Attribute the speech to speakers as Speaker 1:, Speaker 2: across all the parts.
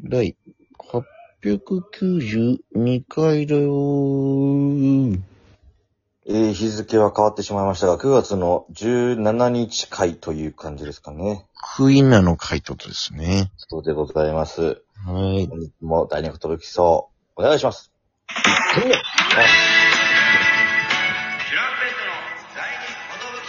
Speaker 1: 第892回だよー。
Speaker 2: えー日付は変わってしまいましたが、9月の17日会という感じですかね。
Speaker 1: クイナの回答とですね。
Speaker 2: そうでございます。
Speaker 1: はい。
Speaker 2: 本日も大肉届きそう。お願いします。
Speaker 3: キュランペットの第二ほどぶき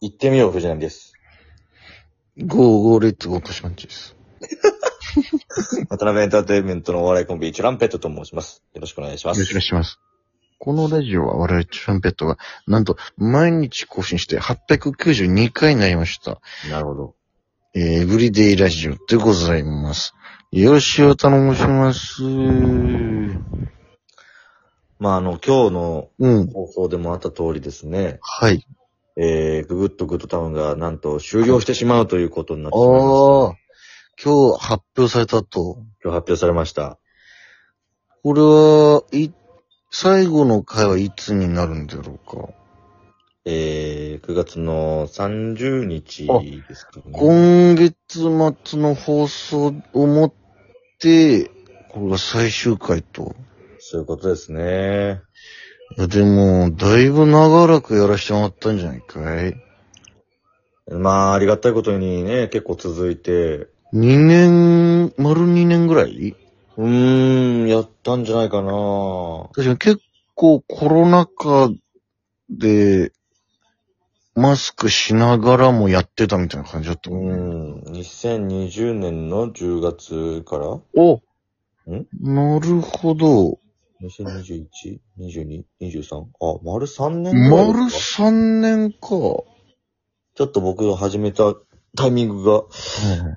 Speaker 2: 行ってみよう、藤波です。
Speaker 1: ゴーゴーレッツゴートシパンチです。
Speaker 2: 渡辺エンターテインメントのお笑いコンビ、チュランペットと申します。よろしくお願いし
Speaker 1: よ
Speaker 2: ま
Speaker 1: ろしくお
Speaker 2: す
Speaker 1: 願い。します。このラジオは我々トランペットが、なんと毎日更新して892回になりました。
Speaker 2: なるほど。
Speaker 1: えー、エブリデイラジオでございます。よろしくお頼もします。うん。
Speaker 2: まあ、あの、今日の放送でもあった通りですね、
Speaker 1: はい。
Speaker 2: えー、ググッとグッドタウンがなんと終了してしまうということになってしまいました。
Speaker 1: ああ、今日発表されたと。
Speaker 2: 今日発表されました。
Speaker 1: これは、い、最後の回はいつになるんだろうか。
Speaker 2: えー、9月の30日ですかね。
Speaker 1: 今月末の放送をもって、これが最終回と。
Speaker 2: そういうことですね。
Speaker 1: いやでも、だいぶ長らくやらしてもらったんじゃないかい
Speaker 2: まあ、ありがたいことにね、結構続いて、
Speaker 1: 二年、丸2年ぐらいう
Speaker 2: ーん、やったんじゃないかな
Speaker 1: 確かに結構コロナ禍で、マスクしながらもやってたみたいな感じだった
Speaker 2: う
Speaker 1: もんね。
Speaker 2: ん、2020年の10月から
Speaker 1: お
Speaker 2: ん
Speaker 1: なるほど。
Speaker 2: 2021、22、23? あ、丸3年ぐらい
Speaker 1: 丸
Speaker 2: ですか
Speaker 1: 3年か。
Speaker 2: ちょっと僕が始めたタイミングが、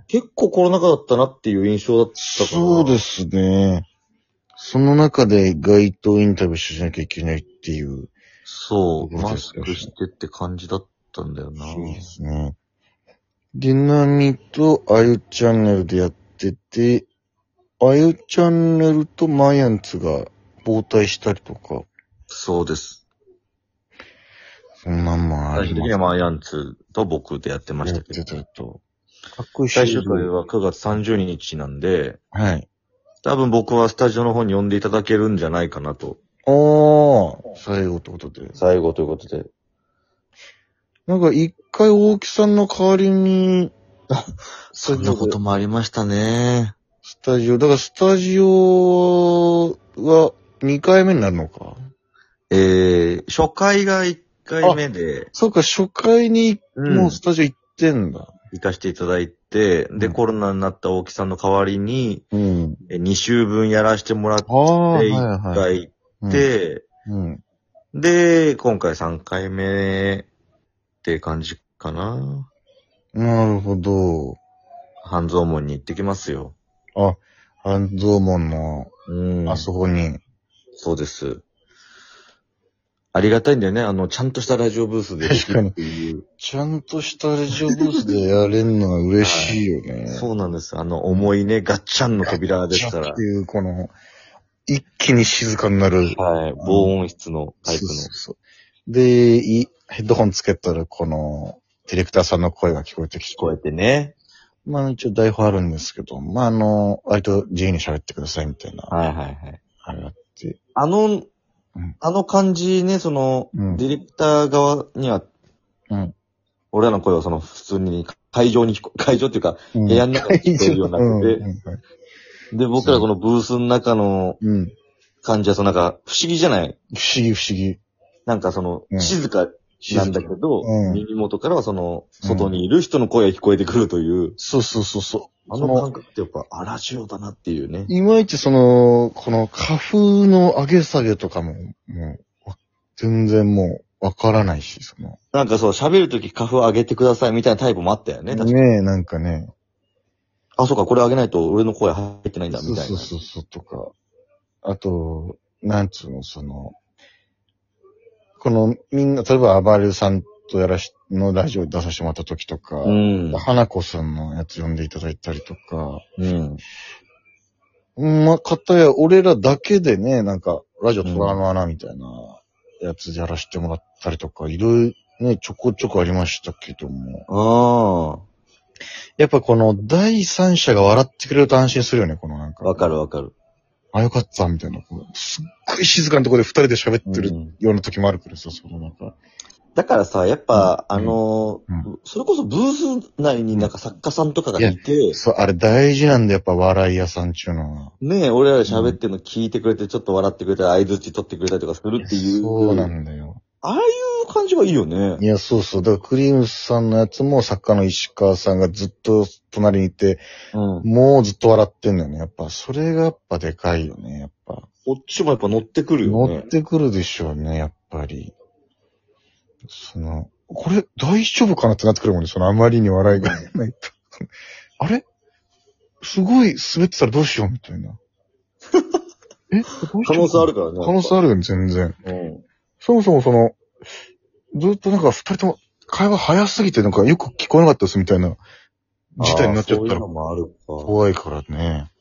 Speaker 2: 結構コロナ禍だったなっていう印象だったから。
Speaker 1: そうですね。その中で街頭インタビューしなきゃいけないっていう。
Speaker 2: そ
Speaker 1: そ
Speaker 2: う、
Speaker 1: う
Speaker 2: マ
Speaker 1: で
Speaker 2: ス
Speaker 1: すよ
Speaker 2: クしてって感じだったんだよな。
Speaker 1: すね。で、なみとあゆチャンネルでやってて、あゆチャンネルとマイアンツが傍体したりとか、
Speaker 2: そうです。
Speaker 1: そんなんもんあ
Speaker 2: 最
Speaker 1: り
Speaker 2: 終
Speaker 1: ます
Speaker 2: 的にはまあ、ヤンツと僕でやってまし
Speaker 1: やったて
Speaker 2: けど
Speaker 1: た。と。かっこいい
Speaker 2: 最終回
Speaker 1: は。
Speaker 2: は9月30日なんで、
Speaker 1: はい。
Speaker 2: 多分僕はスタジオの方に呼んでいただけるんじゃないかなと。
Speaker 1: おー、最後ってことで。
Speaker 2: 最後ということで。
Speaker 1: なんか一回大木さんの代わりに、
Speaker 2: そんなこともありましたね。
Speaker 1: スタジオ、だからスタジオは2回目になるのか。
Speaker 2: えー、初回が1回目で、
Speaker 1: そうか、初回に
Speaker 2: うん、
Speaker 1: もう
Speaker 2: 行
Speaker 1: スタジオ行ってんだ。
Speaker 2: かせていただいて、で、
Speaker 1: うん
Speaker 2: コロナになった大木さんの代わりに、
Speaker 1: うん。
Speaker 2: 2週分やらせてもらって
Speaker 1: ああ、はい
Speaker 2: 1
Speaker 1: は
Speaker 2: 回
Speaker 1: い。
Speaker 2: 行って、
Speaker 1: うん、
Speaker 2: で、今回3回目って感じかな。
Speaker 1: うん。なるほど。
Speaker 2: 半蔵門に行ってきますよ。
Speaker 1: 半蔵門の、
Speaker 2: うん。
Speaker 1: あそこに。
Speaker 2: そうです。ありがたいんだよね。あの、ちゃんとしたラジオブースでできるっていう。
Speaker 1: ちゃんとしたレジオブースでやれんのは嬉しいよね。
Speaker 2: そうなんです。あの、重いね、ガッチャンの扉ですから
Speaker 1: っ。ていう、この、一気に静かになる。
Speaker 2: はい。防音室のタイプの
Speaker 1: そう。そうそうで、いヘッドホンつけたら、この、ディレクターさんの声が聞こえてきて
Speaker 2: 聞。こえてね。
Speaker 1: まあ一応台本あるんですけど、まああの、割と自由に喋ってくださいみたいな、
Speaker 2: はいはいはい。
Speaker 1: あれがあって。
Speaker 2: あの
Speaker 1: ん、
Speaker 2: あの感じね、その、
Speaker 1: うん
Speaker 2: ディレクター側には、
Speaker 1: うん
Speaker 2: 俺らの声はその、普通に会場に聞こ、 会場っていうか、部屋の中に聞こえるようになってて、で、僕らこのブースの中の
Speaker 1: うん。うん
Speaker 2: 感じは、そのなんか、不思議じゃない
Speaker 1: 不思議不思議。
Speaker 2: なんかその
Speaker 1: う、ん
Speaker 2: 静かなんだけど、
Speaker 1: うん
Speaker 2: 耳元からはその、外にいる人の声が聞こえてくるという、
Speaker 1: そうそうそうそう。
Speaker 2: あ
Speaker 1: そ
Speaker 2: の感覚ってやっぱ、あ、ラジオだなっていうね。
Speaker 1: いまいちその、この花風の上げ下げとかも、もう、わ全然もう、わからないし、その。
Speaker 2: なんかそう、喋るとき花粉上げてくださいみたいなタイプもあったよね。確か
Speaker 1: ねえ、なんかね。
Speaker 2: あ、そうか、これ上げないと俺の声入ってないんだ、
Speaker 1: そ
Speaker 2: み
Speaker 1: う
Speaker 2: たい
Speaker 1: そう
Speaker 2: な。
Speaker 1: そうそう、とか。あと、なんつうの、その、この、みんな、例えば、あばれるさんとやらし、のラジオ出させてもらった時とか、
Speaker 2: うん。
Speaker 1: 花子さんのやつ読んでいただいたりとか、
Speaker 2: うん。
Speaker 1: うんまあ、かたや俺らだけでね、なんか、ラジオトラの穴みたいなやつやらせてもらったりとか、いろいね、ちょこちょこありましたけども。
Speaker 2: あ
Speaker 1: やっぱこの第三者が笑ってくれると安心するよね、このなん
Speaker 2: あ。
Speaker 1: か。
Speaker 2: わかるわかる。
Speaker 1: あ、よかった、みたいな。こうすっごい静かなところで二人で喋って
Speaker 2: う
Speaker 1: る
Speaker 2: ん
Speaker 1: ような時もあるからさ、そのなんか。
Speaker 2: だからさ、やっぱ、
Speaker 1: うん
Speaker 2: あのー
Speaker 1: う
Speaker 2: それこそブース内になんか作家さんとかがいて、
Speaker 1: そう、あれ大事なんだよ、やっぱ笑い屋さんっていうのは。
Speaker 2: ねえ、俺らで喋ってるの聞いてくれて、ちょっと笑ってくれたり、相槌取ってくれたりとかするっていう。
Speaker 1: そうなんだよ。
Speaker 2: ああいう感じはいいよね
Speaker 1: い。や、そうそう。だから、クリームさんのやつも、作家の石川さんがずっと隣にいて、
Speaker 2: うん。
Speaker 1: もうずっと笑ってんだよね。やっぱ、それがやっぱでかいよね、やっぱ。
Speaker 2: こっちもやっぱ乗ってくるよ
Speaker 1: 乗
Speaker 2: ね
Speaker 1: っ。てくるでしょうね、やっぱり。その、これ大丈夫かなってなってくるもんね。その、あまりに笑いがないと。 あれすごい滑ってたらどうしようみたい な。え
Speaker 2: 可能性あ
Speaker 1: る
Speaker 2: るからね。
Speaker 1: 可能性あるよね、全然。
Speaker 2: ある。
Speaker 1: そもそもその、ずっとなんか二人とも会話早すぎてなんかよく聞こえなかったですみたいな
Speaker 2: うん。
Speaker 1: 事態になっちゃ
Speaker 2: あ
Speaker 1: っ
Speaker 2: ーそうい
Speaker 1: たら
Speaker 2: うのもあるか。
Speaker 1: 怖いからね。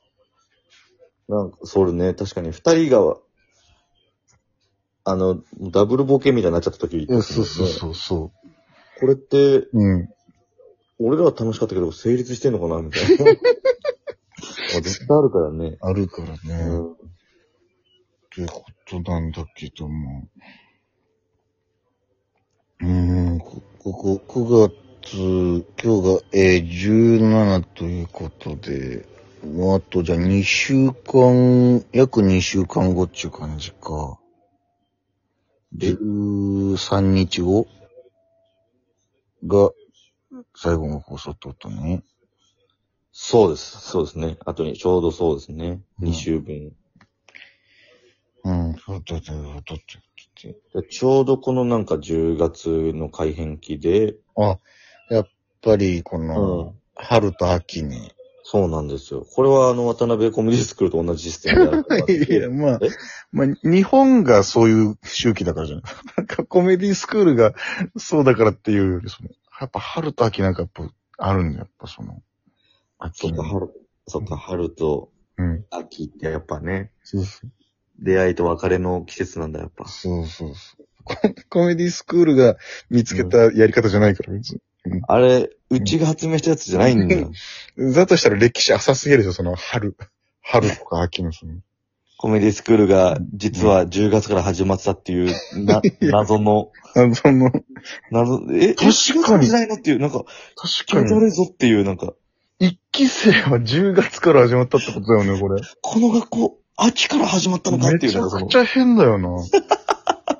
Speaker 2: なんか、それね、確かに二人が、あの、ダブルボケみたいになっちゃった時、
Speaker 1: いや、そうそうそうそ
Speaker 2: これって、
Speaker 1: う。うん。
Speaker 2: 俺らは楽しかったけど、成立してんのかなみたいな。 まあ絶対あるからね。
Speaker 1: あるからね。
Speaker 2: うん。
Speaker 1: ってことなんだけども。うーん、ここ、こ9月、今日が、えー、17ということで、もうあとじゃあ2週間、約2週間後っていう感じか。
Speaker 2: え
Speaker 1: 13日後が、最後の放送ってことね。
Speaker 2: そうです。そうですね。あとに、ちょうどそうですね。
Speaker 1: うん
Speaker 2: 2週分。
Speaker 1: うん、そうだ、そうだ、そうだ。
Speaker 2: でちょうどこのなんか10月の改変期で、
Speaker 1: やっぱり、こ
Speaker 2: う
Speaker 1: の
Speaker 2: ん、
Speaker 1: 春と秋に、
Speaker 2: そうなんですよ。これはあの、渡辺コミュニティスクールと同じシステムである から。
Speaker 1: いや、まあ
Speaker 2: え、
Speaker 1: まあ、日本がそういう周期だからじゃない。なんかコメディスクールがそうだからっていうより、その、やっぱ春と秋なんかやっぱあるんだよ、やっぱその。
Speaker 2: そ
Speaker 1: 秋
Speaker 2: っか、
Speaker 1: の。
Speaker 2: 春、そっか、春と
Speaker 1: うん。
Speaker 2: 秋ってやっぱね、
Speaker 1: そうそう。
Speaker 2: 出会いと別れの季節なんだ、やっぱ。
Speaker 1: そうそうそう ココメディスクールが見つけたやり方じゃないから、別に。
Speaker 2: あれ、うちが発明したやつじゃないんだよ。
Speaker 1: だとしたら歴史浅すぎるでしょ、その春。春とか秋の その。
Speaker 2: コメディスクールが実は10月から始まってたっていう、 な、謎の、
Speaker 1: あその、確
Speaker 2: 謎、
Speaker 1: 確かに
Speaker 2: え、10月の時代のっていう、なんか、気
Speaker 1: か
Speaker 2: 持ち
Speaker 1: に。
Speaker 2: 悪いぞっていう、なんか、
Speaker 1: 一期生は10月から始まったってことだよね、これ。
Speaker 2: この学校、秋から始まったのかっていう、なんかそ
Speaker 1: め
Speaker 2: の
Speaker 1: ち、ゃくちゃ変だよな。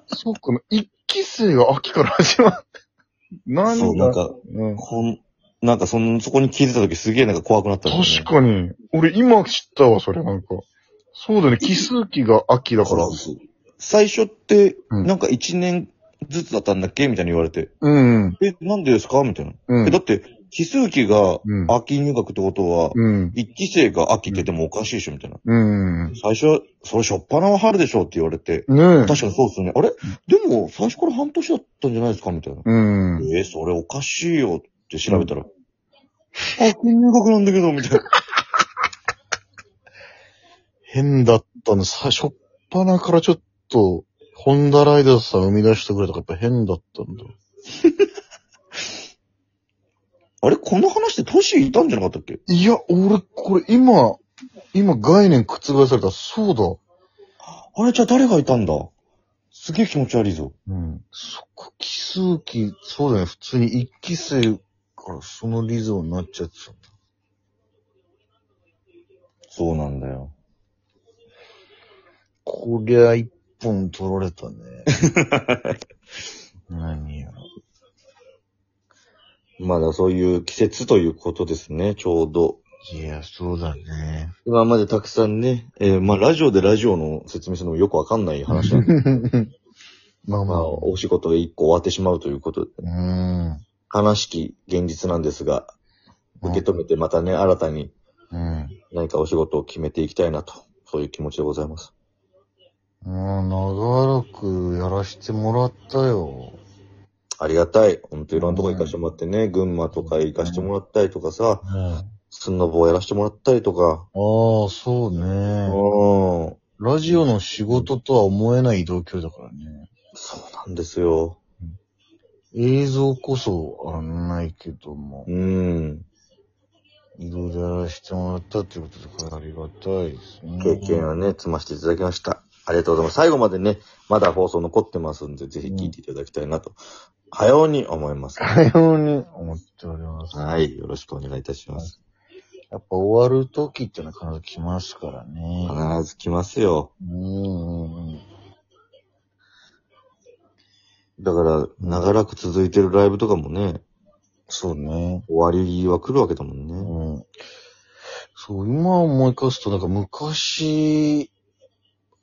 Speaker 1: そうかな。一期生が秋から始まって。何
Speaker 2: そう、なん
Speaker 1: が。
Speaker 2: か、
Speaker 1: うん
Speaker 2: こん、なんかその、そこに気づいた時すげえなんか怖くなったんだよね
Speaker 1: 確かに。俺今知ったわ、それなんか。そうだね。奇数期が秋だ
Speaker 2: だ
Speaker 1: か
Speaker 2: からら。、最初って、
Speaker 1: うん
Speaker 2: なんか1年ずつだったんだっけみたいに言われて、
Speaker 1: うん。
Speaker 2: え、なんでですかみたいな。
Speaker 1: う
Speaker 2: え、だ
Speaker 1: ん。
Speaker 2: って、奇数期が
Speaker 1: うん
Speaker 2: 秋入学ってことは、
Speaker 1: うん。
Speaker 2: 一期生が秋ってでもおかしいでしょみたいな。
Speaker 1: うん。
Speaker 2: 最初は、それしょっぱなは春でしょって言われて、
Speaker 1: ねえ。
Speaker 2: 確かにそうっすよね。あれでも、最初から半年だったんじゃないですかみたいな。
Speaker 1: うん。
Speaker 2: えーそれおかしいよって調べたら、秋入学なんだけど、みたいな。
Speaker 1: 変だったね。さ、しょっぱなからちょっと、ホンダライダースさん生み出してくれたからやっぱ変だったんだ。
Speaker 2: あれこの話って年いたんじゃなかったっけ
Speaker 1: いや、俺、これ今、今概念覆された。そうだ。
Speaker 2: あれじゃあ誰がいたんだすげえ気持ち悪いぞ。
Speaker 1: うん。そこ、奇数期、そうだよね。普通に一期生からそのリズムになっちゃってたんだ。
Speaker 2: そうなんだよ。
Speaker 1: こりゃ一本取られたね。 何や。
Speaker 2: まあだからそういう季節ということですね、ちょうど。
Speaker 1: いや、そうだね。
Speaker 2: 今までたくさんね、えーまあラジオでラジオの説明するのもよくわかんない話なんで、
Speaker 1: まあ
Speaker 2: ま
Speaker 1: ま
Speaker 2: あお仕事が一個終わってしまうということで、
Speaker 1: あ。う
Speaker 2: 悲しき現実なんですが、
Speaker 1: うん
Speaker 2: 受け止めてまたね、新たに
Speaker 1: ん。うん。
Speaker 2: 何かお仕事を決めていきたいなと、そういう気持ちでございます。
Speaker 1: もう、長らくやらしてもらったよ。
Speaker 2: ありがたい。本当いろんなとこ行かしてもらってね、群馬とか行かしてもらったりとかさ、
Speaker 1: うん。あ
Speaker 2: スノボをやらしてもらったりとか、
Speaker 1: あ、そう
Speaker 2: う
Speaker 1: ね。
Speaker 2: ん、
Speaker 1: ラジオの仕事とは思えない移動距離だからね。
Speaker 2: そうなんですよ。
Speaker 1: 映像こそあんないけども、
Speaker 2: うん。
Speaker 1: いろいろやらせてもらったっていうことで、かなりありがたいですね。
Speaker 2: 経験はね、積ましていただきました。ありがとうございます。最後までね、まだ放送残ってますんで、ぜひ聞いていただきたいなと、はように思います。
Speaker 1: かように思っております。やっ
Speaker 2: はい。よろしくお願いいたします。
Speaker 1: ぱ終わる時っていうのは必ず来ますからね。
Speaker 2: 必ず来ますよ。
Speaker 1: うんうんうん。
Speaker 2: だから、長らく続いてるライブとかもね、
Speaker 1: そうね。
Speaker 2: 終わりは来るわけだもんね。
Speaker 1: うん。そう、今思い返すと、なんか昔、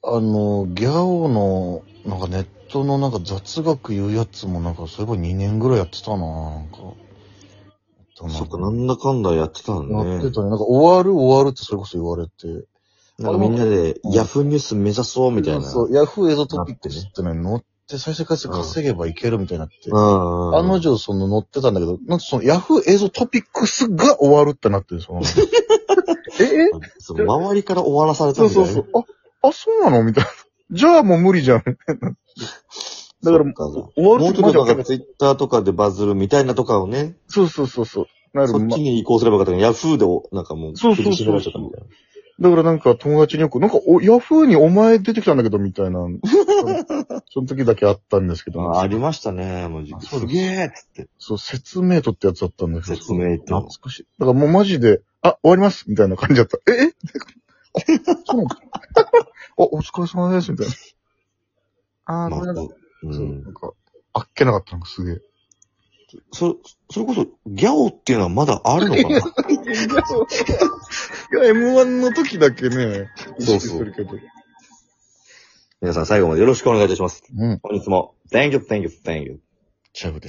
Speaker 1: あの、ギャオの、なんかネットのなんか雑学言うやつもなんか、そういえば2年ぐらいやってたななんか。
Speaker 2: そっか、なんだかんだやってたんだ
Speaker 1: や
Speaker 2: ね。
Speaker 1: ってたね。なんか終わる終わるってそれこそ言われて。
Speaker 2: なんかみんなで、ヤフーニュース目指そうみたいな。
Speaker 1: そうう、ヤフーエゾトピックスってね、乗って再生回数稼げばいけるみたいになって。
Speaker 2: んうん。
Speaker 1: あの女、その乗ってたんだけど、なんかそのヤフー映像トピックスが終わるってなってる、その。 ええ
Speaker 2: そう周りから終わらされた
Speaker 1: そ
Speaker 2: ん
Speaker 1: う
Speaker 2: だよ
Speaker 1: そ
Speaker 2: ね。
Speaker 1: うそう。あ、あ、そうなのみたいな。じゃあもう無理じゃん。みたいなだから
Speaker 2: そっか
Speaker 1: 終わ
Speaker 2: もう
Speaker 1: る時
Speaker 2: ちょ
Speaker 1: まで
Speaker 2: っと
Speaker 1: は
Speaker 2: なんかツイッターとかでバズるみたいなとかをね、
Speaker 1: そうそうそうそう。なる
Speaker 2: そっ
Speaker 1: ま
Speaker 2: ちに移行すればよかったけど、ヤフーでお、なんかもう、
Speaker 1: そうそうそう
Speaker 2: 厳しくなっちゃったみたい
Speaker 1: だ
Speaker 2: な。
Speaker 1: からなんか友達によく、なんかお、ヤフーにお前出てきたんだけど、みたいな。 その時だけあったんですけど。
Speaker 2: あありましたね、もう
Speaker 1: あ。そう
Speaker 2: す
Speaker 1: です
Speaker 2: げえっつって。
Speaker 1: そう、説明とってやつだったんだけど。
Speaker 2: 説明と
Speaker 1: 懐かしい。だからもうマジで、あ、終わりますみたいな感じだった。ええあそうなのあ、お疲れ様ですみたい な。あー、
Speaker 2: ま
Speaker 1: ご
Speaker 2: あ
Speaker 1: めんなさい。
Speaker 2: う
Speaker 1: そうんな。んか、あっけなかったのがすげえ。
Speaker 2: そ、それこそ、ギャオっていうのはまだあるのか な
Speaker 1: いや、M1 の時だけね、
Speaker 2: そうそう
Speaker 1: 意識するけど。
Speaker 2: 皆さん最後までよろしくお願いいたします。
Speaker 1: うん。
Speaker 2: 本日も、Thank you, thank you, thank you.
Speaker 1: ちゃうで。